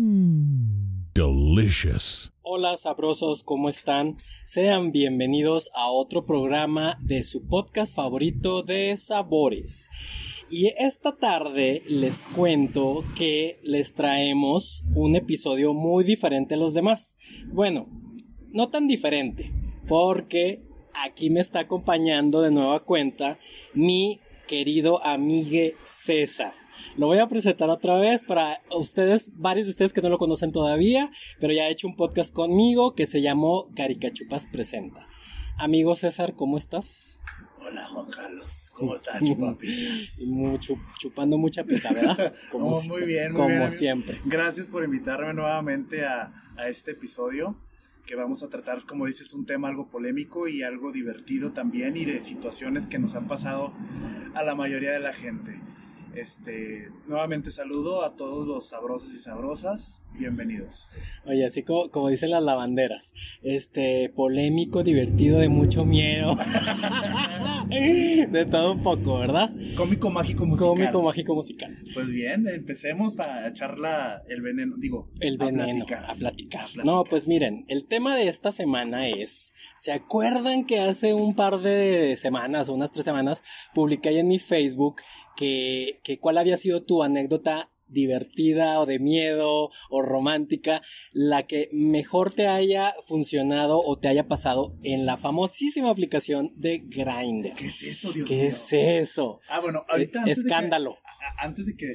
Mmm. Delicious. Hola sabrosos, ¿cómo están? Sean bienvenidos a otro programa de su podcast favorito de sabores. Y esta tarde les cuento que les traemos un episodio muy diferente a los demás. Bueno, no tan diferente, porque aquí me está acompañando de nueva cuenta mi querido amigue César. Lo voy a presentar otra vez para ustedes, varios de ustedes que no lo conocen todavía, pero ya ha he hecho un podcast conmigo que se llamó Caricachupas Presenta. Amigo César, ¿cómo estás? Hola Juan Carlos, ¿cómo estás, chupapillas? Mu- chup- chupando mucha peta, ¿verdad? No, si- muy bien, muy como bien, amigo. siempre. Gracias por invitarme nuevamente a, a este episodio que vamos a tratar, como dices, un tema algo polémico y algo divertido también y de situaciones que nos han pasado a la mayoría de la gente. Este, nuevamente saludo a todos los sabrosos y sabrosas, bienvenidos. Oye, así como, como dicen las lavanderas, este polémico, divertido, de mucho miedo, de todo un poco, ¿verdad? Cómico, mágico, musical. Cómico, mágico, musical. Pues bien, empecemos para echarla el veneno, digo, El a veneno, a platicar. platicar. A platicar. No, pues miren, el tema de esta semana es, ¿se acuerdan que hace un par de semanas, unas tres semanas, publiqué ahí en mi Facebook que, que cuál había sido tu anécdota divertida o de miedo o romántica, la que mejor te haya funcionado o te haya pasado en la famosísima aplicación de Grindr? ¿Qué es eso, Dios mío? ¿Qué es eso? Ah, bueno, ahorita... antes de que- Escándalo. A- antes de que,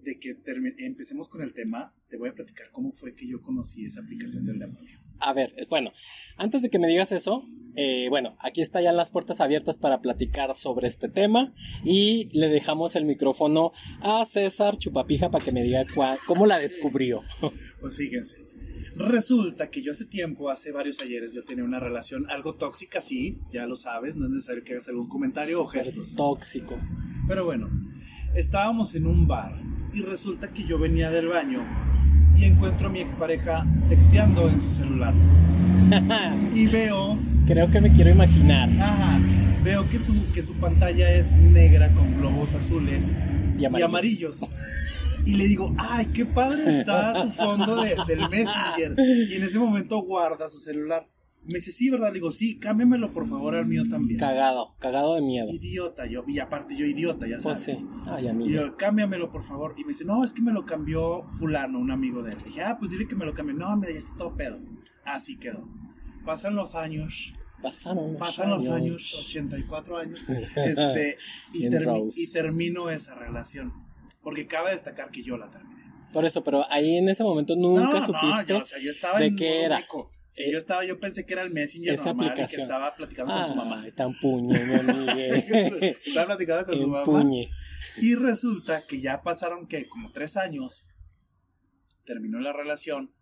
de que termi- empecemos con el tema, te voy a platicar cómo fue que yo conocí esa aplicación del demonio. A ver, es- bueno, antes de que me digas eso, eh, bueno, aquí están ya las puertas abiertas para platicar sobre este tema y le dejamos el micrófono a César Chupapija para que me diga cua- cómo la descubrió. Pues fíjense, resulta que yo hace tiempo, hace varios ayeres, yo tenía una relación algo tóxica, sí, ya lo sabes, no es necesario que hagas algún comentario o Súper gestos. Tóxico. Pero bueno, estábamos en un bar y resulta que yo venía del baño y encuentro a mi expareja texteando en su celular. Y veo Creo que me quiero imaginar. Ajá. Veo que su, que su pantalla es negra con globos azules Y amarillos. y amarillos. Y le digo, ay, qué padre está tu fondo de- del Messenger. Y en ese momento guarda su celular. Me dice, sí, ¿verdad? Le digo, sí, cámbiamelo por favor al mío también. Cagado, cagado de miedo. Idiota, yo, y aparte yo idiota, ya Pues sabes. sí. Ay, Y amigo. yo, cámbiamelo, por favor. Y me dice, no, es que me lo cambió fulano, un amigo de él. Y dije, ah, pues dile que me lo cambie. No, mira, ya está todo pedo. Así quedó. Pasan los años, Pasaron los pasan los años, 84 años, este, y, En termi- Rose. y termino esa relación. Porque cabe destacar que yo la terminé. Por eso, pero ahí en ese momento nunca No, no, supiste. yo, o sea, yo estaba de en qué modo era. meco. Sí, Eh, yo estaba, yo pensé que era el Messenger esa normal y aplicación. Ah, que estaba platicando con su mamá. Ay, tan puñe, mi amigue. estaba platicando con su En mamá. puñe. Y resulta que ya pasaron que como tres años, terminó la relación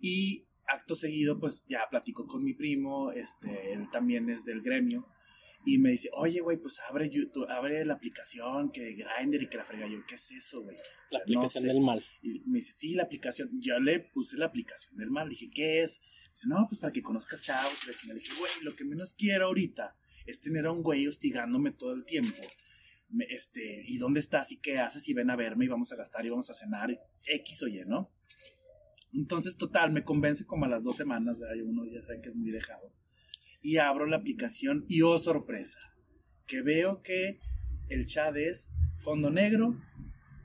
y acto seguido pues ya platico con mi primo, este, él también es del gremio y me dice, oye güey, pues abre YouTube, abre la aplicación que Grindr y que la frega yo, ¿qué es eso güey? O La sea, no aplicación sé. del mal. Y me dice, sí, la aplicación. Yo le puse la aplicación del mal. Le dije, ¿qué es? Dice, no, pues para que conozcas chavos. y la chingada. Le dije, güey, lo que menos quiero ahorita es tener a un güey hostigándome todo el tiempo. Me- este, ¿y dónde estás? ¿Y qué haces? Y ven a verme y vamos a gastar y vamos a cenar. X o Y, ¿no? Entonces, total, me convence como a las dos semanas, ¿verdad? Y uno ya sabe que es muy dejado. Y abro la aplicación y oh, sorpresa, que veo que el chat es fondo negro,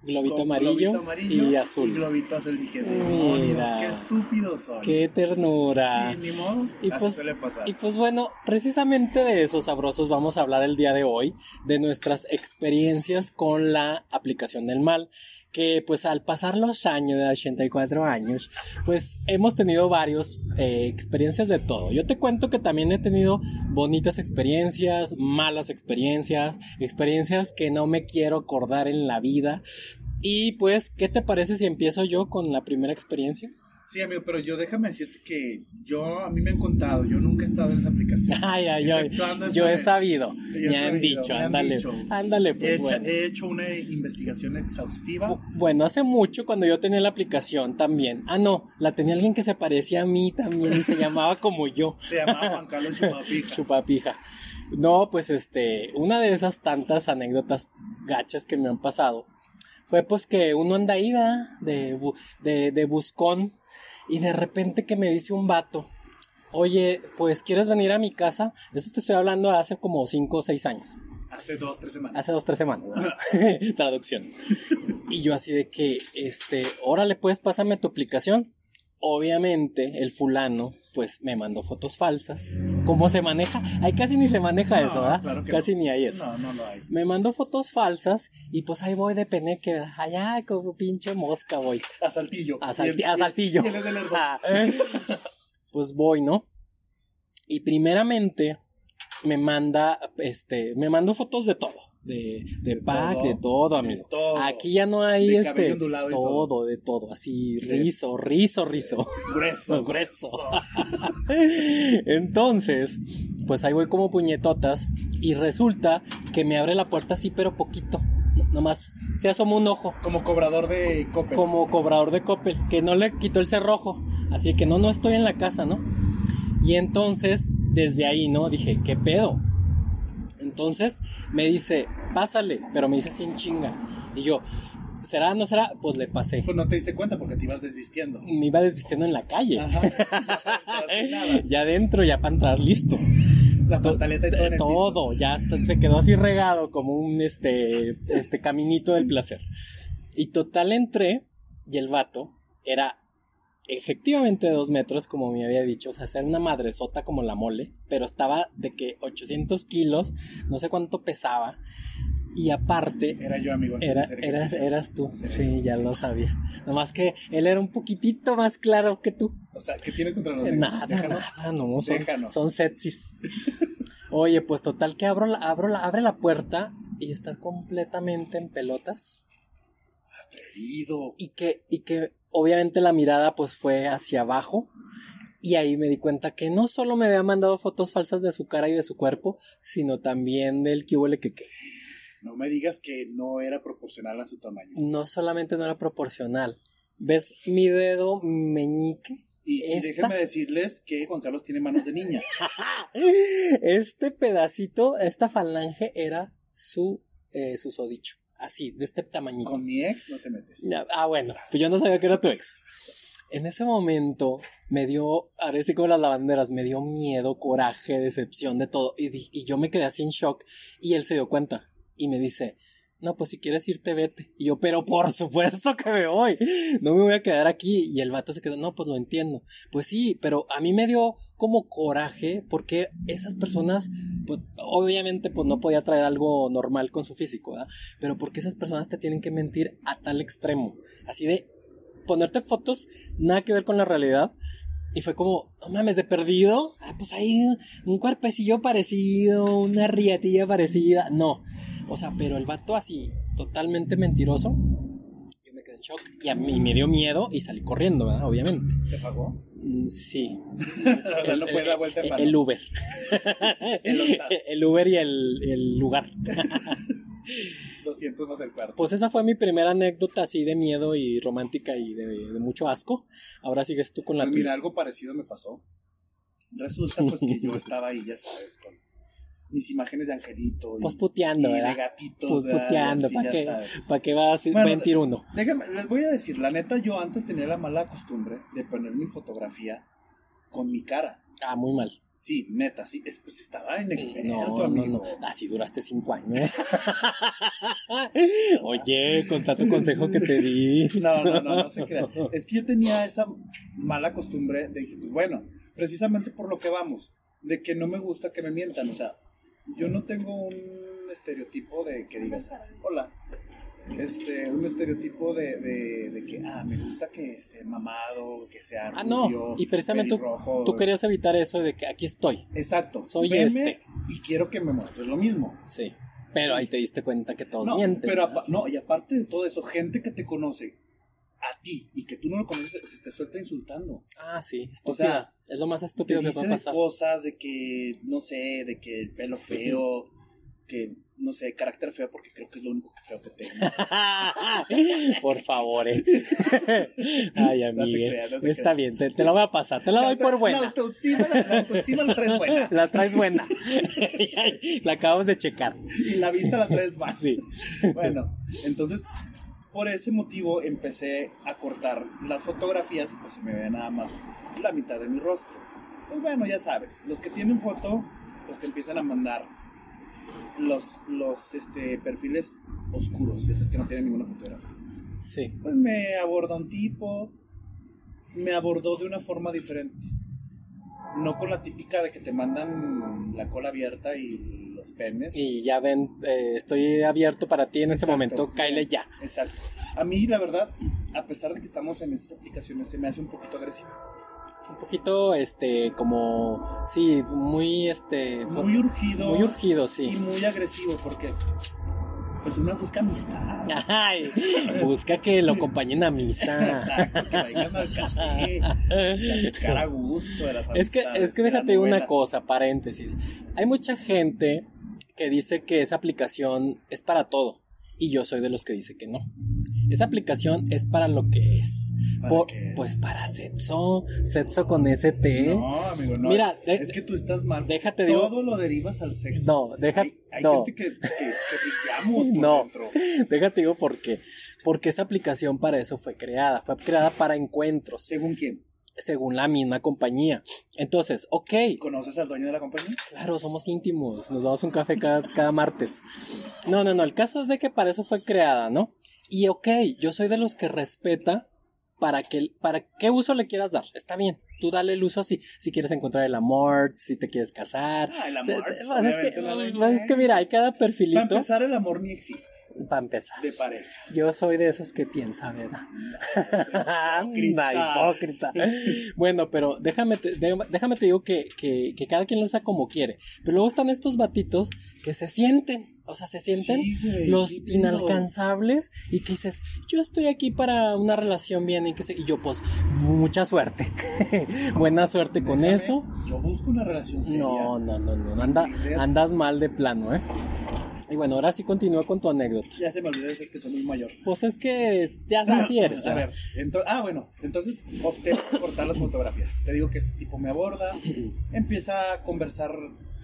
Globito con amarillo, globito amarillo y azul. globito azul. Dije, Mira. demonios, qué estúpidos son. Qué ternura. Sí, ni modo. Y Así pues- suele pasar. Y pues bueno, precisamente de esos sabrosos vamos a hablar el día de hoy, de nuestras experiencias con la aplicación del mal, que pues al pasar los años de 84 años, pues hemos tenido varios eh, experiencias de todo. Yo te cuento que también he tenido bonitas experiencias, malas experiencias, experiencias que no me quiero acordar en la vida. Y pues, ¿qué te parece si empiezo yo con la primera experiencia? Sí, amigo, pero yo déjame decirte que yo, a mí me han contado, yo nunca he estado en esa aplicación. Ay, ay, ay. Exceptuando esa Yo he vez. sabido, Yo he me han sabido, dicho, me han ándale, dicho. eh. ándale, He pues hecho, bueno. he hecho una investigación exhaustiva. Bu- Bueno, hace mucho cuando yo tenía la aplicación también. Ah, no, la tenía alguien que se parecía a mí también y se llamaba como yo, Se llamaba Juan Carlos Chupapija. chupapija. No, pues este, una de esas tantas anécdotas gachas que me han pasado fue pues que uno anda ahí, ¿verdad? De, bu- de, de buscón. Y de repente que me dice un vato, oye, pues quieres venir a mi casa. De eso te estoy hablando hace como 5 o 6 años. Hace dos, tres semanas. Hace dos, tres semanas. ¿no? Traducción. Y yo así de que, este, órale, pues pásame tu aplicación. Obviamente, el fulano, pues me mandó fotos falsas. ¿Cómo se maneja? Ahí casi ni se maneja No, eso, ¿verdad? claro que casi no. ni hay eso. No, no lo hay. Me mandó fotos falsas y pues ahí voy de peneque, ¿verdad? allá como pinche mosca voy. A Saltillo. A, Salti- a Saltillo. ¿Quién es el error? Ah, pues voy, ¿no? Y primeramente me manda, este, me mandó fotos de todo. De, de, De pack, todo, de todo, amigo. todo. eh, Aquí ya no hay De cabello este. ondulado y todo, todo. de todo. Así, Sí. rizo, rizo, rizo. Grueso. Grueso. Entonces, pues ahí voy como puñetotas. Y resulta que me abre la puerta así, pero poquito. no- Nomás se asoma un ojo Como cobrador de Coppel. como cobrador de Coppel, que no le quitó el cerrojo. Así que no, no estoy en la casa, ¿no? Y entonces, desde ahí, ¿no? Dije, ¿qué pedo? Entonces me dice, pásale, pero me dice así en chinga. Y yo, ¿será, no será? Pues le pasé. Pues no te diste cuenta porque te ibas desvistiendo. Me iba desvistiendo en la calle. Ajá. Así nada. ya adentro, ya para entrar listo. La pantaleta y todo. en el piso. Todo, ya hasta se quedó así regado como un este, este caminito del placer. Y total entré y el vato era efectivamente de dos metros, como me había dicho, o sea, era una madresota como la mole, pero estaba de que 800 kilos, no sé cuánto pesaba, y aparte Era yo, amigo. antes de era, hacer eras, ejercicio. eras tú, Era sí, yo, ya sí. lo sabía. Nomás que él era un poquitito más claro que tú. O sea, ¿qué tienes contra los Eh, negros? Nada, Déjanos. nada, no, son, Déjanos. son sexys. Oye, pues total que abro la, abro la, abre la puerta y está completamente en pelotas. Atrevido. Y que, y que obviamente la mirada pues fue hacia abajo. Y ahí me di cuenta que no solo me había mandado fotos falsas de su cara y de su cuerpo, sino también del que huele que qué. No me digas que no era proporcional a su tamaño. No solamente no era proporcional. ¿Ves mi dedo meñique? Y, y ¿Esta? déjenme decirles que Juan Carlos tiene manos de niña. Este pedacito, esta falange era su eh, susodicho. Así, de este tamañito. Con mi ex no te metes. Ya, Ah, bueno, pues yo no sabía que era tu ex. En ese momento me dio, ahora sí como las lavanderas, me dio miedo, coraje, decepción, de todo. Y, di- y yo me quedé así en shock. Y él se dio cuenta y me dice, no, pues si quieres irte, vete. Y yo, pero por supuesto que me voy. No me voy a quedar aquí. Y el vato se quedó, no, pues lo entiendo. Pues sí, pero a mí me dio como coraje porque esas personas, pues obviamente pues no podía traer algo normal con su físico, ¿verdad? pero porque esas personas te tienen que mentir a tal extremo, así de ponerte fotos nada que ver con la realidad. Y fue como, no mames, de perdido, ah, pues ahí un cuerpecillo parecido, una riatilla parecida, no. O sea, pero el vato así, totalmente mentiroso, yo me quedé en shock y a mí me dio miedo y salí corriendo, ¿verdad? Obviamente. ¿Te pagó? Mm, Sí, o sea, no fue la vuelta en el, mano. el Uber. El Octas. el Uber y el- el lugar. 200 más el cuarto. Pues esa fue mi primera anécdota así de miedo y romántica y de, de mucho asco. Ahora sigues tú con la Pues tuya. mira, algo parecido me pasó. Resulta pues que yo estaba ahí, ya sabes, con mis imágenes de angelito y, Pues y puteando, de ¿verdad? gatitos. Pues ¿verdad? puteando, Sí, ¿pa' ya qué? sabes. ¿Para qué vas a Bueno, mentir uno? Déjame, les voy a decir, la neta, yo antes tenía la mala costumbre de poner mi fotografía con mi cara. Ah, muy mal. Sí, neta, sí. es- Pues estaba inexperto, No, no, amigo. no. Así duraste cinco años. Oye, con tanto consejo que te di. No, no, no, no se crean. Es que yo tenía esa mala costumbre de, pues bueno, precisamente por lo que vamos, de que no me gusta que me mientan. O sea, yo no tengo un estereotipo de que digas, hola. Este, un estereotipo de, de, de que, ah, me gusta que esté mamado, que sea Ah, no, rubio, y precisamente tú- pelirrojo". Tú querías evitar eso de que aquí estoy. Exacto. soy veme este. Y quiero que me muestres lo mismo. Sí. Pero ahí te diste cuenta que todos No, mienten. pero ¿verdad? apa- no, y aparte de todo eso, gente que te conoce a ti y que tú no lo conoces, se te suelta insultando. Ah, sí. O Estúpida. sea, es lo más Te estúpido que puede dicen pasar. cosas de que, no sé, de que el pelo feo, que, no sé, carácter feo, porque creo que es lo único que feo que tengo. por favor. eh. Ay, No se amiga. crea, no se Está crea. bien, te, te la voy a pasar. Te la doy por La buena. autoestima, la, la autoestima la traes buena. La traes buena. la acabamos de checar. Y la vista la traes más. Sí. Bueno, entonces, por ese motivo empecé a cortar las fotografías y pues se me ve nada más la mitad de mi rostro. Pues bueno, ya sabes, los que tienen foto, pues te empiezan a mandar los, los este, perfiles oscuros, esos que no tienen ninguna fotografía. Sí. Pues me aborda un tipo, me abordó de una forma diferente. No con la típica de que te mandan la cola abierta y los penes. Y ya ven, eh, estoy abierto para ti en este Exacto. momento, Kyle ya. Exacto. A mí, la verdad, a pesar de que estamos en esas aplicaciones, se me hace un poquito agresivo. Un poquito, este, como, sí, muy, este, fo- Muy urgido. muy urgido, Y sí. muy agresivo, porque pues uno busca amistad. Ah. Ay, busca que lo acompañen a misa. Exacto, que vayan al café, platicar a gusto de las Es que, amistades, es que de la déjate digo una novela. cosa, paréntesis. Hay mucha gente que dice que esa aplicación es para todo. Y yo soy de los que dice que no. Esa aplicación es para lo que es. ¿Para Por- qué es? Pues para sexo. Sexo con ST. No, No, amigo, no. Mira, de- es que tú estás mal. déjate, digo- Todo lo derivas al sexo. deja, Hay, hay no, gente que, que, que brillamos por No. dentro. déjate digo por qué. Porque esa aplicación para eso fue creada. Fue creada para encuentros, ¿Según quién? según la misma compañía. Entonces, ok, ¿Conoces al dueño de la compañía? Claro, somos íntimos, nos vamos a un café cada, cada martes. No, no, no, el caso es de que para eso fue creada, ¿no? Y ok, yo soy de los que respeta para, que, para qué uso le quieras dar. Está bien, tú dale el uso si, si quieres encontrar el amor, si te quieres casar. Ah, el amor. Pues Es obviamente, que, la ley. pues es que mira, hay cada Para perfilito empezar, el amor ni existe. para empezar. De pareja. Yo soy de esos que piensa, ¿verdad? Hipócrita. Anda, hipócrita. Bueno, pero déjame te, de- déjame te digo que, que- que cada quien lo usa como quiere. Pero luego están estos batitos que se sienten, o sea, se sienten Sí, güey, los qué pedo. inalcanzables y que dices, yo estoy aquí para una relación bien y que se... Y yo, pues, mucha suerte. Buena suerte con Déjame, eso. Yo busco una relación seria. No, no, no, no. Anda, Idea. andas mal de plano, ¿eh? Y bueno, ahora sí continúa con tu anécdota. Ya se me olvidó, es que soy muy mayor. Pues es que ya así eres. A ¿eh? ver, ento- ah, bueno, entonces opté por cortar las fotografías. Te digo que este tipo me aborda, empieza a conversar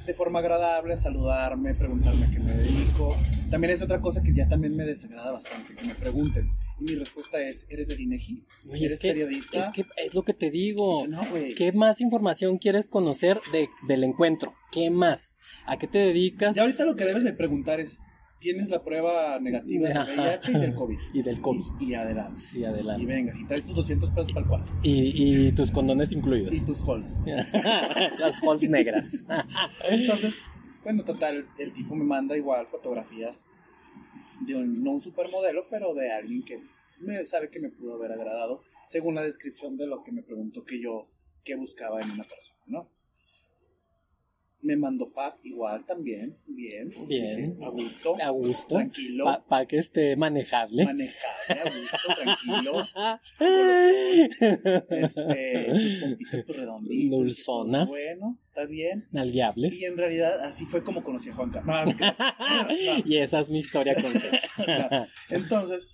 de forma agradable, a saludarme, preguntarme a qué me dedico. También es otra cosa que ya también me desagrada bastante, que me pregunten. Y mi respuesta es, ¿eres del INEGI? Güey, es ¿Eres que, periodista? es que es lo que te digo. Dice, no, güey. ¿Qué más información quieres conocer de- del encuentro? ¿Qué más? ¿A qué te dedicas? Ya ahorita lo que debes de preguntar es, ¿tienes la prueba negativa del Ajá. VIH y del COVID? Y del COVID. Y, y adelante. Sí, Y adelante. venga, si traes tus 200 pesos para el cuarto. Y, y tus condones incluidos. Y tus halls. Las falls negras. Entonces, bueno, total, el tipo me manda igual fotografías de un, no un supermodelo, pero de alguien que me sabe que me pudo haber agradado, según la descripción de lo que me preguntó que yo que buscaba en una persona, ¿no? Me mandó pack igual también, bien, Bien. dije, a gusto, A gusto. tranquilo, Para que esté manejable. manejable, a gusto, tranquilo, este, sus pompitas pues, redonditas, Dulzonas. bueno, está bien. Nalgueables. Y en realidad así fue como conocí a Juan Carlos. No, es que- no, no. Y esa es mi historia con César. Entonces,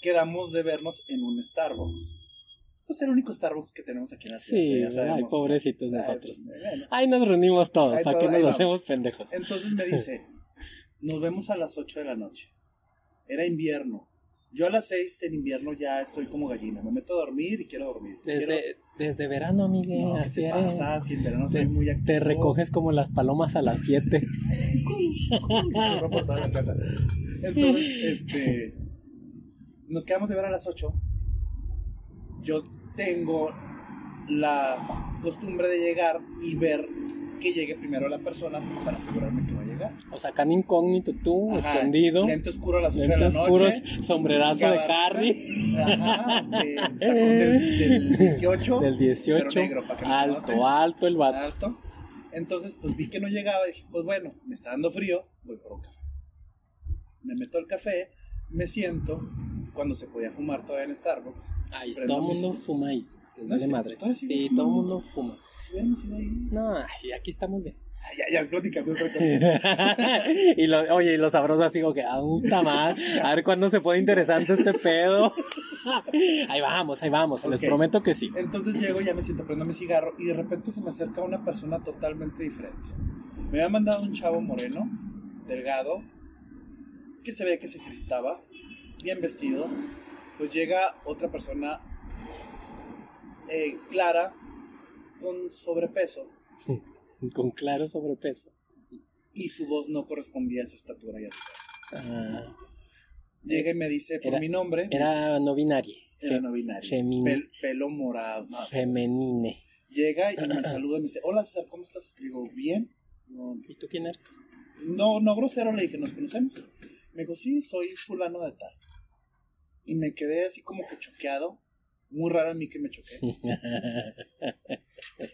quedamos de vernos en un Starbucks. Pues el único Starbucks que tenemos aquí en la ciudad. Sí, ya sabemos. ay, pobrecitos Ay, nosotros. pues, bueno. Ahí nos reunimos todos, Ahí para todo- que ahí nos vamos. hacemos pendejos. Entonces me dice, nos vemos a las 8 de la noche. Era invierno. Yo a las 6 en invierno ya estoy como gallina. Me meto a dormir y quiero dormir. Quiero- Desde, desde verano, amigue, No, ¿qué así te eres. pasa? Si en verano soy Te- muy activo. Te recoges como las palomas a las 7. y corro por toda la casa. Entonces, este. Nos quedamos de ver a las 8. Yo tengo la costumbre de llegar y ver que llegue primero la persona para asegurarme que va a llegar. O sea, can incógnito tú, Ajá, escondido. Lente oscuro a las 8 de la Lentes noche. oscuros, sombrerazo de gabardina, Carrie. Ajá, este, tacón del, del 18. Del 18. negro, para que no se note. alto, alto el vato. alto. Entonces, pues vi que no llegaba y dije, pues bueno, me está dando frío, voy por un café. Me meto al café, me siento, cuando se podía fumar todavía en Starbucks. Ay, Ah, Pero todo el no me mundo fuma ahí. Les No vale sé, madre. todavía sigue Sí, fumando. todo el mundo fuma. Si hubiéramos ido pues, ahí... No, ay, aquí estamos bien. Ay, ya, ya, platicando otra cosa. y lo, oye, y los sabrosos así como que, ah, puta madre, a ver cuándo se pone interesante este pedo. ahí vamos, ahí vamos, les Ok. prometo que sí. Entonces llego, ya me siento, prendo mi cigarro y de repente se me acerca una persona totalmente diferente. Me había mandado un chavo moreno, delgado, que se ve que se ejercitaba, bien vestido. Pues llega otra persona eh, clara con sobrepeso Con claro sobrepeso. y su voz no correspondía a su estatura y a su peso. Ah, Llega y me dice por Era- mi nombre. era no binaria. Era fe- no binario. femin- Pel- pelo morado. No. femenine. Llega y me saluda y me dice, hola César, ¿cómo estás? Le digo, bien. No, ¿Y tú quién eres? no, no grosero, le dije, ¿nos conocemos? Me dijo, sí, soy fulano de tal. Y me quedé así como que choqueado. Muy raro a mí que me choqué.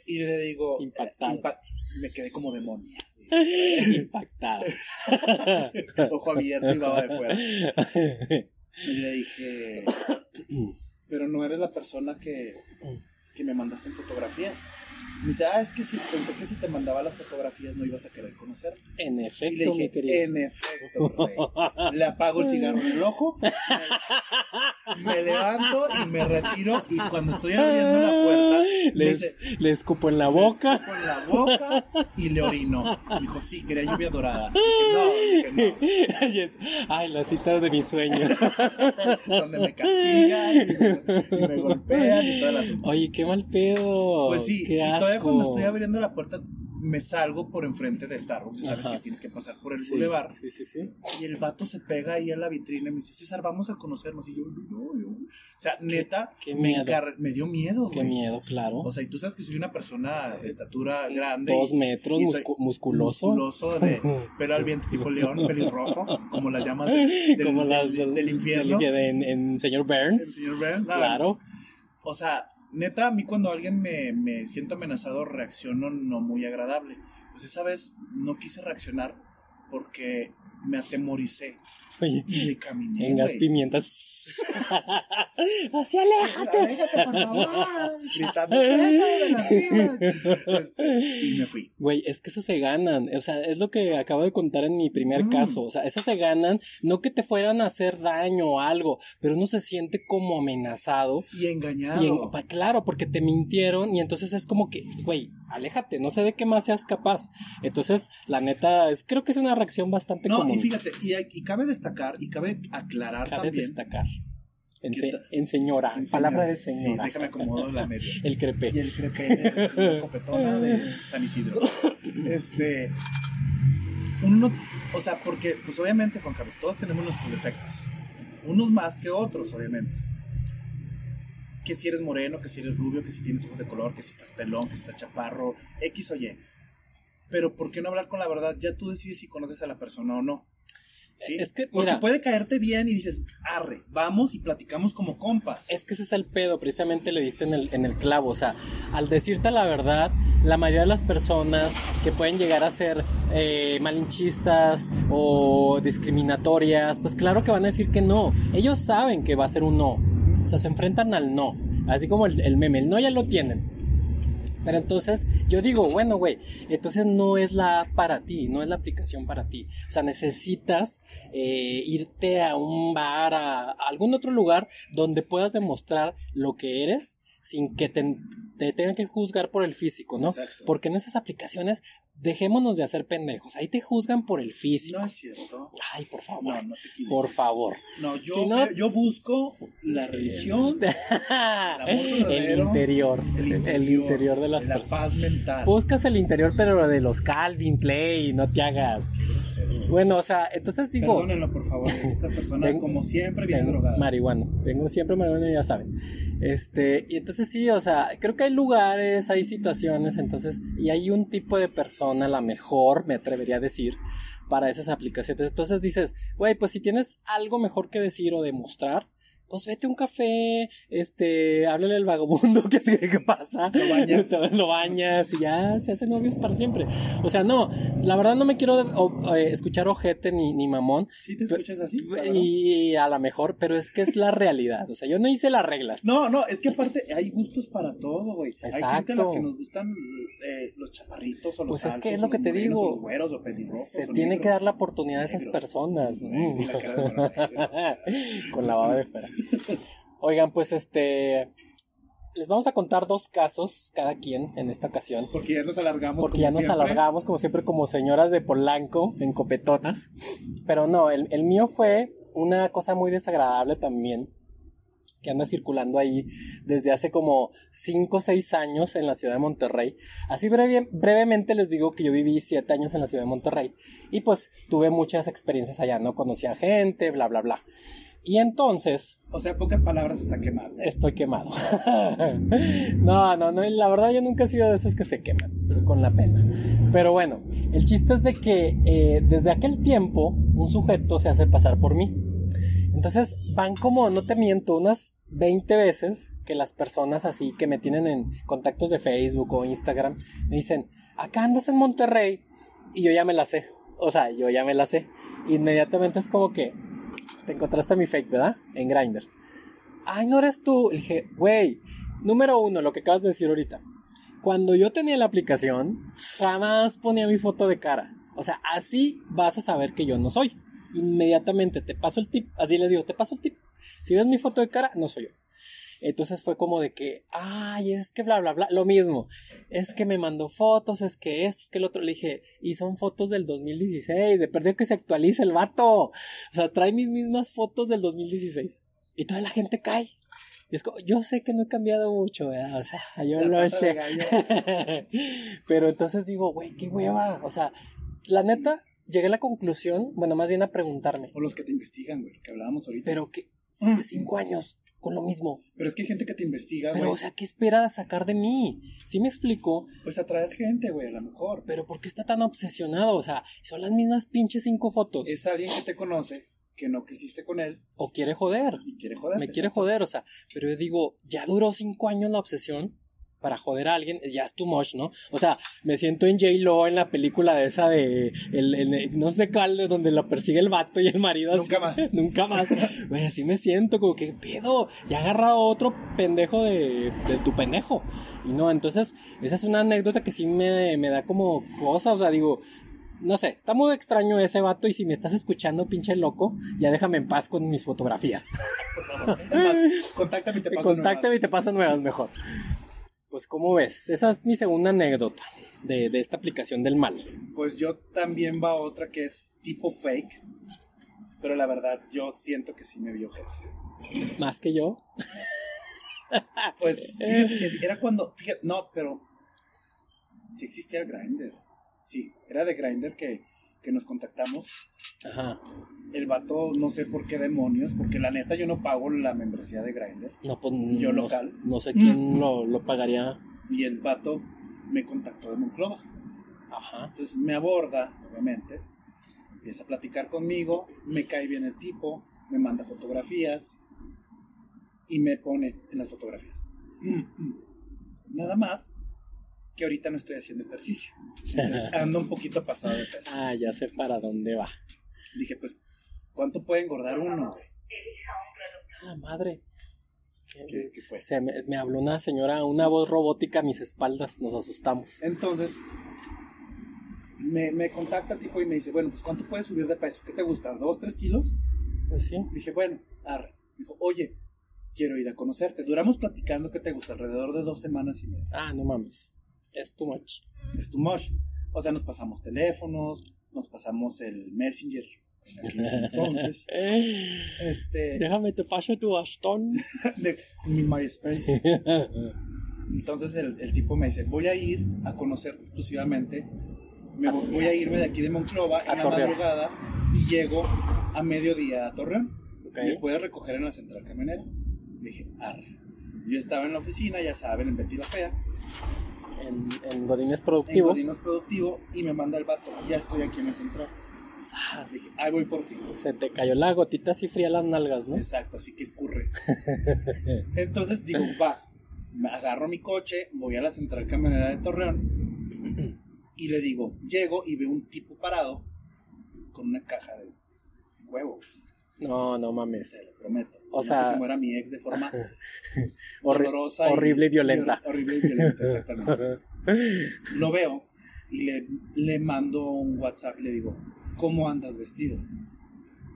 Y le digo, eh, Impactado. "Impa-". me quedé como demonio. Impactado. Ojo abierto y baba de fuera. Y le dije, pero no eres la persona que, Mm. que me mandaste en fotografías. Me dice, ah, es que si, pensé que si te mandaba las fotografías no ibas a querer conocer. En Y le efecto, mi dije, querido. en efecto, rey. Le apago el cigarro en el ojo, me, me levanto y me retiro. Y cuando estoy abriendo la puerta, me dice, "Pues, Les, le escupo en la boca. con la boca y le orino. Dijo, sí, quería lluvia dorada. Dije, no, dije, Yes. Ay, la cita de mis sueños. no. Donde me castigan y me, y me golpean y todo el asunto. Oye, qué mal pedo. Pues sí, y Oh, qué asco. todavía cuando estoy abriendo la puerta, me salgo por enfrente de Starbucks. y Sabes Ajá. que tienes que pasar por el pues, Sí, boulevard. Sí, sí, sí. Y el vato se pega ahí a la vitrina y me dice, César, vamos a conocernos. Y yo, no, yo. O sea, neta, qué me, miedo. encar- me dio miedo. Qué güey. miedo, claro. O sea, y tú sabes que soy una persona de estatura grande. Dos y metros, y soy muscu- musculoso. Musculoso de pelo al viento tipo león, pelirrojo, como las llamas de- del, Como las del- del, del infierno. del- en, en señor el Burns. señor Burns. Ah, Claro. O sea, neta, a mí cuando alguien me, me siento amenazado reacciono no muy agradable. Pues esa vez no quise reaccionar porque me atemoricé Oye, y le caminé. en gas güey. pimientas. Así aléjate. Aléjate, por favor. Gritando, "Vete de las vivas". Este, y me fui. Güey, es que eso se ganan. O sea, es lo que acabo de contar en mi primer Mm. caso. O sea, eso se ganan. No que te fueran a hacer daño o algo, pero uno se siente como amenazado. Y engañado. Y en- pa- claro, porque te mintieron y entonces es como que, güey, aléjate, no sé de qué más seas capaz. Entonces, la neta, es, creo que es una reacción bastante no, común. y fíjate, y, hay- y cabe destacar y cabe aclarar Cabe también. destacar. En, ¿Qué se- tal? en señora, Sí, palabra de sí, señora. déjame acomodo la media. El crepe. Y el crepe de la copetona de San Isidro. Este. Uno, o sea, porque, pues obviamente, Juan Carlos, todos tenemos nuestros defectos. Unos más que otros, obviamente. Que si eres moreno, que si eres rubio, que si tienes ojos de color, que si estás pelón, que si estás chaparro, X o Y. Pero, ¿por qué no hablar con la verdad? Ya tú decides si conoces a la persona o no. ¿Sí? Es que, Porque mira, puede caerte bien y dices, arre, vamos y platicamos como compas. es que ese es el pedo, precisamente le diste en el, en el clavo. O sea, al decirte la verdad, la mayoría de las personas que pueden llegar a ser eh, malinchistas o discriminatorias, pues claro que van a decir que no. Ellos saben que va a ser un no. O sea, se enfrentan al no. Así como el, el meme, el no ya lo tienen. Pero entonces yo digo, bueno, güey, entonces no es la app para ti, no es la aplicación para ti. O sea, necesitas eh, irte a un bar, a, a algún otro lugar donde puedas demostrar lo que eres sin que te, te tengan que juzgar por el físico, ¿no? Exacto. Porque en esas aplicaciones, dejémonos de hacer pendejos. Ahí te juzgan por el físico. No es cierto. Ay, por favor. No, no te equivoques. por favor. No, yo, Si no- eh, yo busco la religión, el verdadero, interior. el interior, El interior de las la personas. Pues, paz mental. Buscas el interior, pero de los Calvin Clay, no te hagas. Qué grosero. Bueno, o sea, entonces pues, digo. Perdónenlo, por favor. Esta persona, Vengo- como siempre, viene Tengo drogada. marihuana. Vengo siempre marihuana, ya saben. Este, y entonces sí, o sea, creo que hay lugares, hay situaciones, entonces, y hay un tipo de persona, la mejor, me atrevería a decir, para esas aplicaciones. Entonces dices, güey, pues si tienes algo mejor que decir o demostrar, pues vete a un café, este, háblale al vagabundo que sigue que pasa, Lo bañas. lo bañas y ya se hacen novios para siempre. O sea, no, la verdad no me quiero o- eh, escuchar ojete ni, ni mamón, ¿Sí te escuchas así? cabrón? y a lo mejor, pero es que es la realidad. O sea, yo no hice las reglas. No, no, es que aparte hay gustos para todo, güey. Hay gente a la Exacto. que nos gustan eh, los chaparritos o los Pues es que altos, es o lo que los te morenos, digo. o los güeros o pelirrojos. Se o tiene negros. que dar la oportunidad a esas Negros. personas. Eh, la cara de moreno. Mm. Con la baba de fuera. Oigan, pues este. Les vamos a contar dos casos cada quien en esta ocasión. Porque ya nos alargamos. Porque como ya nos siempre. alargamos, como siempre, como señoras de Polanco en copetonas. Pero no, el, el mío fue una cosa muy desagradable también que anda circulando ahí desde hace como 5 o 6 años en la ciudad de Monterrey. Así breve- brevemente les digo que yo viví 7 años en la ciudad de Monterrey y pues tuve muchas experiencias allá, no conocía gente, bla, bla, bla. Y entonces, O sea, pocas palabras está quemado. estoy quemado. no, no, no, la verdad yo nunca he sido de esos que se queman con la pena. Pero bueno, el chiste es de que eh, desde aquel tiempo un sujeto se hace pasar por mí. Entonces van como, no te miento, unas 20 veces que las personas así que me tienen en contactos de Facebook o Instagram me dicen, acá andas en Monterrey y yo ya me la sé. O sea, yo ya me la sé. Inmediatamente es como que te encontraste mi fake, ¿verdad? En Grindr ay, no eres tú. Le dije, güey, número uno, lo que acabas de decir ahorita. Cuando yo tenía la aplicación, jamás ponía mi foto de cara. O sea, así vas a saber que yo no soy. Inmediatamente te paso el tip. Así les digo, te paso el tip. Si ves mi foto de cara, no soy yo. Entonces fue como de que, ay, es que bla, bla, bla, lo mismo. Es que me mandó fotos, es que esto, es que el otro. Le dije, y son fotos del 2016, de perdido que se actualice el vato. O sea, trae mis mismas fotos del 2016 y toda la gente cae. Y es como, yo sé que no he cambiado mucho, ¿verdad? O sea, yo La lo pata de sé. Pero entonces digo, güey, qué hueva. O sea, la neta, llegué a la conclusión, bueno, más bien a preguntarme, O los que te investigan, güey, lo que hablábamos ahorita. pero que Mm. cinco años con lo mismo. Pero es que hay gente que te investiga, Pero, güey. o sea, ¿qué espera sacar de mí? Sí me explico, Pues atraer gente, güey, a lo mejor. pero ¿por qué está tan obsesionado? O sea, son las mismas pinches cinco fotos. Es alguien que te conoce, que no quisiste con él O quiere joder. y quiere joder. me quiere joder, o sea, pero yo digo, ya duró cinco años la obsesión para joder a alguien, ya es too much, ¿no? O sea, me siento en J-Lo en la película de esa de, el, el- no sé cuál, de donde lo persigue el vato y el marido así. Nunca más. Nunca más. Güey, así me siento, como que "¿Qué pedo, ya ha agarrado otro pendejo de, de tu pendejo. Y no, entonces, esa es una anécdota que sí me, me da como cosa, o sea, digo, no sé, está muy extraño ese vato y si me estás escuchando, pinche loco, ya déjame en paz con mis fotografías. Por favor. Es más, Contáctame y te paso Contáctame y nuevas. te pasan nuevas mejor. Pues, ¿cómo ves? Esa es mi segunda anécdota de, de esta aplicación del mal. Pues yo también va otra que es tipo fake. Pero la verdad, yo siento que sí me vio gente. Más que yo. Ah, Pues eh. fíjate, era cuando. Fíjate, no, pero. Sí existía Grindr. Sí, era de Grindr que, que nos contactamos. Ajá. El vato, no sé por qué demonios, porque la neta yo no pago la membresía de Grindr. No, pues, Yo no, local. no sé quién lo, lo pagaría. Y el vato me contactó de Monclova. Ajá. Entonces me aborda, obviamente, empieza a platicar conmigo, me cae bien el tipo, me manda fotografías y me pone en las fotografías. Nada más que ahorita no estoy haciendo ejercicio. Entonces, ando un poquito pasado de peso. Ah, ya sé para dónde va. Dije, pues, ¿cuánto puede engordar uno, güey? A Ah, La madre. Qué- ¿Qué, qué fue? Se me, me habló una señora, una voz robótica a mis espaldas, nos asustamos. Entonces, me, me contacta el tipo y me dice, bueno, pues, ¿cuánto puedes subir de peso? ¿Qué te gusta? ¿Dos, tres kilos? Pues sí. Dije, bueno, arre. Dijo, oye, quiero ir a conocerte. Duramos platicando que te gusta alrededor de dos semanas y media. Ah, no mames. Es too much. Es too much. O sea, nos pasamos teléfonos, nos pasamos el messenger en aquellos entonces. Eh, Este, déjame te paso tu bastón. de- mi MySpace. Entonces el, el tipo me dice, voy a ir a conocerte exclusivamente. Me vo- voy a irme de aquí de Monclova A en la Torreón. madrugada y llego a mediodía a Torreón. Ok. ¿Me puedes recoger en la central camionera? Le dije, arre. Yo estaba en la oficina, ya saben, en Betty la Fea, En, en Godines en Productivo. Godinos Productivo, y me manda el vato, ya estoy aquí en la central. Zas. Le dije, ahí voy por ti. Se te cayó la gotita así fría a las nalgas, ¿no? Exacto, así que escurre. Entonces digo, va, me agarro mi coche, voy a la central camionera de Torreón, y le digo, llego y veo un tipo parado con una caja de huevo, No, no se mames. lo prometo. O Si no, que sea- se muera mi ex de forma Horri- dolorosa horrible y violenta. Horrible y violenta, exactamente. lo veo y le, le mando un WhatsApp y le digo, ¿cómo andas vestido?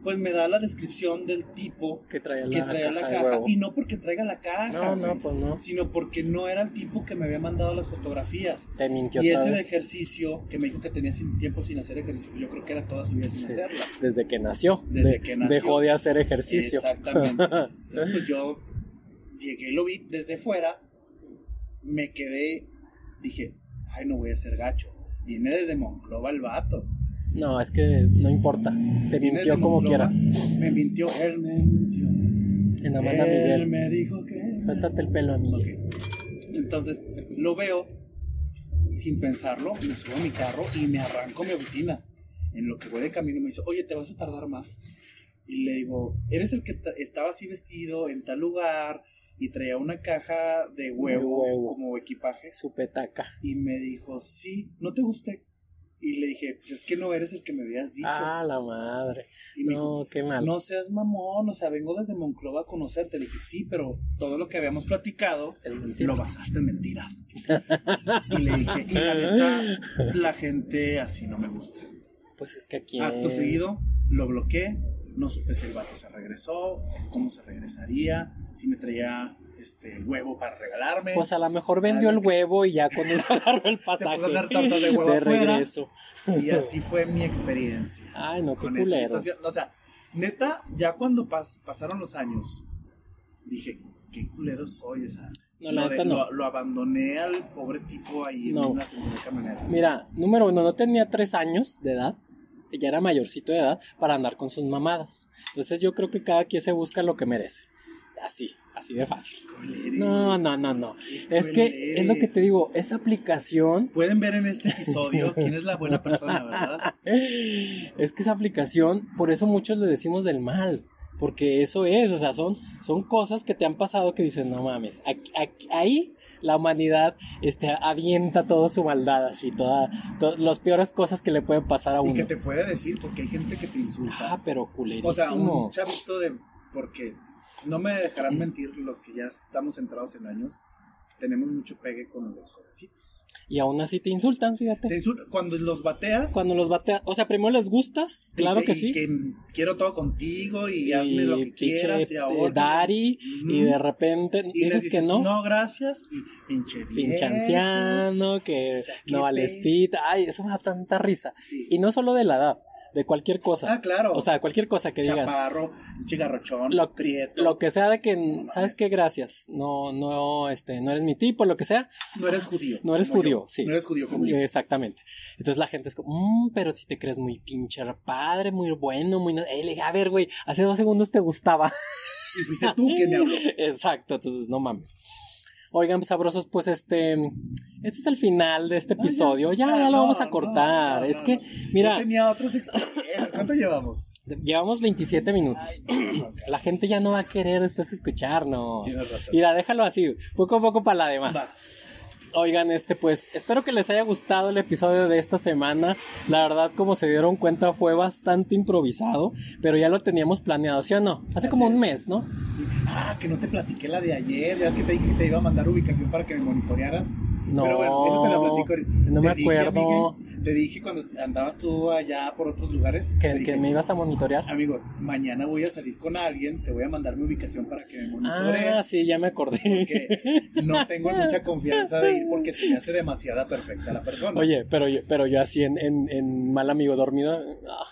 pues me da la descripción del tipo Que traía la, que traía la caja, caja. de huevo. Y no porque traiga la caja, No, no, güey, pues no. sino porque no era el tipo que me había mandado las fotografías. Te mintió y otra ese vez ejercicio que me dijo que tenía sin tiempo sin hacer ejercicio, yo creo que era toda su vida sin Sí. hacerla. desde que nació. Desde De- que nació. Dejó de hacer ejercicio. Exactamente. Entonces, pues yo llegué y lo vi desde fuera, me quedé, dije, ay, no voy a ser gacho. Viene desde Monclova el vato. no, es que no importa. Te Viene mintió desde como quiera. Monclova. Me mintió, él me mintió. En la mano él Miguel. me dijo que... Suéltate el pelo, Miguel. Ok. Entonces, lo veo, sin pensarlo, me subo a mi carro y me arranco a mi oficina. En lo que voy de camino me dice, oye, te vas a tardar más. Y le digo, eres el que ta- estaba así vestido en tal lugar y traía una caja de huevo, huevo. como equipaje. Su petaca. Y me dijo, sí, no te gusté. Y le dije, pues es que no eres el que me habías dicho. Ah, la madre. y me dijo, No, qué mal. no seas mamón, o sea, vengo desde Monclova a conocerte. Le dije, sí, pero todo lo que habíamos platicado es mentira. lo basaste en mentiras. y le dije, y la neta, la gente así no me gusta. Pues es que aquí. Acto seguido, lo bloqueé, no supe si el vato se regresó, cómo se regresaría, si me traía este huevo para regalarme. Pues a lo mejor vendió el huevo y ya con eso agarró el Se puso a pasaje. hacer tortas de huevo de afuera. regreso. Y así fue mi experiencia. Ay, no, qué con esa culero. situación. O sea, neta, ya cuando pas- pasaron los años, dije, qué culero soy esa. No, la Lo neta de- no. lo- lo abandoné al pobre tipo ahí No. en una segunda camioneta. Mira, número uno, no tenía tres años de edad. Ya era mayorcito de edad para andar con sus mamadas. Entonces yo creo que cada quien se busca lo que merece. Así, así de fácil. Coleres. No, no, no, no. Qué Es que es lo que te coleres. digo, esa aplicación Pueden ver en este episodio quién es la buena persona, ¿verdad? es que esa aplicación, por eso muchos le decimos del mal. Porque eso es, o sea, son, son cosas que te han pasado que dices, no mames, aquí- aquí- ahí la humanidad este, avienta toda su maldad, así, todas las peores cosas que le pueden pasar a Y uno. que te puede decir porque hay gente que te insulta. Ah, pero culerísimo. o sea, un chavito de. Porque no me Mm. dejarán mentir los que ya estamos entrados en años. Tenemos mucho pegue con los jovencitos. Y aún así te insultan, fíjate. Te insulta- cuando los bateas. Cuando los bateas, o sea, primero les gustas, y claro te- que y sí. Que quiero todo contigo y, hazme lo que pinche, quieras y eh, ahora. daddy, y de repente y les dices, que no. No, gracias. Y pinche bien. pinche anciano, que O sea, qué no vales pe- pita. Ay, eso me da tanta risa. Sí. Y no solo de la edad, de cualquier ah, cosa. claro. O sea, cualquier cosa que digas. Chaparro, chigarrochón, Lo- prieto. Lo que sea de que, mames. ¿sabes qué? Gracias. No, no, este, no eres mi tipo, lo que sea. No eres judío. No eres como judío, yo. sí. Eh, No eres judío como yo. Exactamente. Entonces la gente es como, "Mm, pero si te crees muy pinche padre, muy bueno, muy... no-". Eh, le- a ver, güey, hace dos segundos te gustaba. Y fuiste tú quien me habló. Exacto, entonces no mames. Oigan, sabrosos, pues este... Este es el final de este No, ya- episodio. ya, ya, ah, lo no, vamos a no, cortar. no, es no, que, no. mira... Yo tenía otros experiencias. ¿Cuánto llevamos? Llevamos 27 minutos. Ay, no, no, La gente ya no va a querer después escucharnos. Tienes razón. Mira, déjalo así, poco a poco para la demás. Va. Oigan, este pues, espero que les haya gustado el episodio de esta semana. La verdad, como se dieron cuenta, fue bastante improvisado, pero ya lo teníamos planeado, ¿sí o no? Hace Así como un es. mes, ¿no? Sí. Ah, que no te platiqué la de ayer. Ya es que te dije que te iba a mandar ubicación para que me monitorearas. No, Pero bueno, eso te la platico ahorita. no Te me dije, acuerdo amiga, te dije cuando andabas tú allá por otros lugares. que, te que dije, me ibas a monitorear. Amigo, mañana voy a salir con alguien. Te voy a mandar mi ubicación para que me monitores. Ah, sí, ya me acordé. Porque no tengo mucha confianza de ir porque se me hace demasiada perfecta la persona. Oye, pero yo, pero yo así en, en, en mal amigo dormido. ah,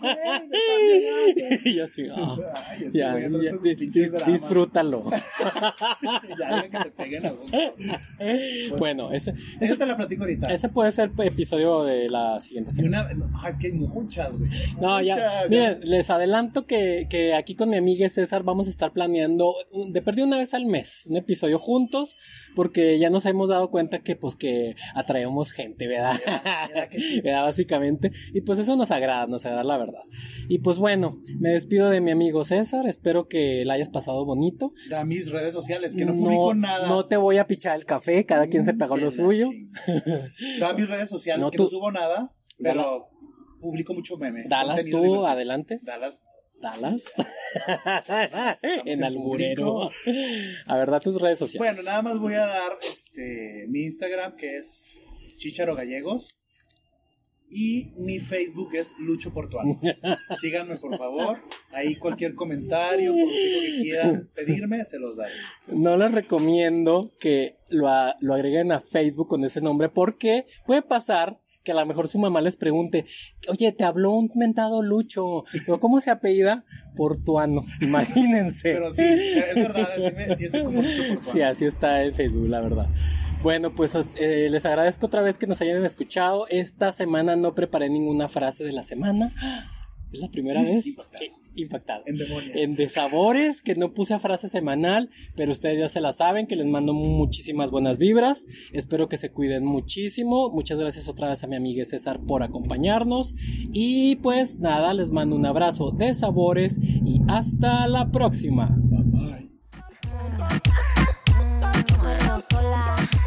Güey, me estás y yo así. ah. llegando. Ay, este Ya, güey ya, otra vez con sus di- pinches dis- dramas. Pues, disfrútalo. Ya, deja que te peguen a gusto. Pues, bueno, ese, Eso te la platico ahorita. ese puede ser episodio de la siguiente Y semana. una- no, ah, es que hay muchas, güey. No, ya. Muchas, Miren, les adelanto que, que aquí con mi amiga César vamos a estar planeando un- de perdido una vez al mes un episodio juntos, porque ya nos hemos dado cuenta que pues que atraemos gente, ¿verdad? Era que sí. ¿verdad? Básicamente. Y pues eso nos agrada, nos agrada la verdad. Y pues bueno, me despido de mi amigo César, espero que la hayas pasado bonito. Da mis redes sociales, que no, publico nada. Mm, No te voy a pichar el café, cada quien se pagó Que lo la suyo. chingada. Da mis redes sociales, No, que tú- no subo nada, pero publico mucho meme. Dalas Contenido tú, divertido. adelante. Dalas. Dalas. en en alburero. público. A ver, da tus redes sociales. Bueno, nada más voy a dar este mi Instagram, que es Chicharo Gallegos. Y mi Facebook es Lucho Portuano. Síganme, por favor. Ahí cualquier comentario, consejo que quieran pedirme, se los daré. No les recomiendo que lo, a- lo agreguen a Facebook con ese nombre porque puede pasar que a lo mejor su mamá les pregunte, oye, te habló un mentado Lucho, Digo, ¿cómo se apellida? Portuano, imagínense. Pero sí, es verdad, sí, me- sí estoy como Lucho Portuano. Sí, así está en Facebook, la verdad. Bueno, pues os- eh, les agradezco otra vez que nos hayan escuchado. Esta semana no preparé ninguna frase de la semana. Es la primera vez. Impactado. Eh, Impactado. En demonio. En Desabores, que no puse frase semanal, pero ustedes ya se la saben, que les mando muchísimas buenas vibras. Espero que se cuiden muchísimo. Muchas gracias otra vez a mi amiga César por acompañarnos. Y pues nada, les mando un abrazo de sabores y hasta la próxima. Bye, bye. Pero sola.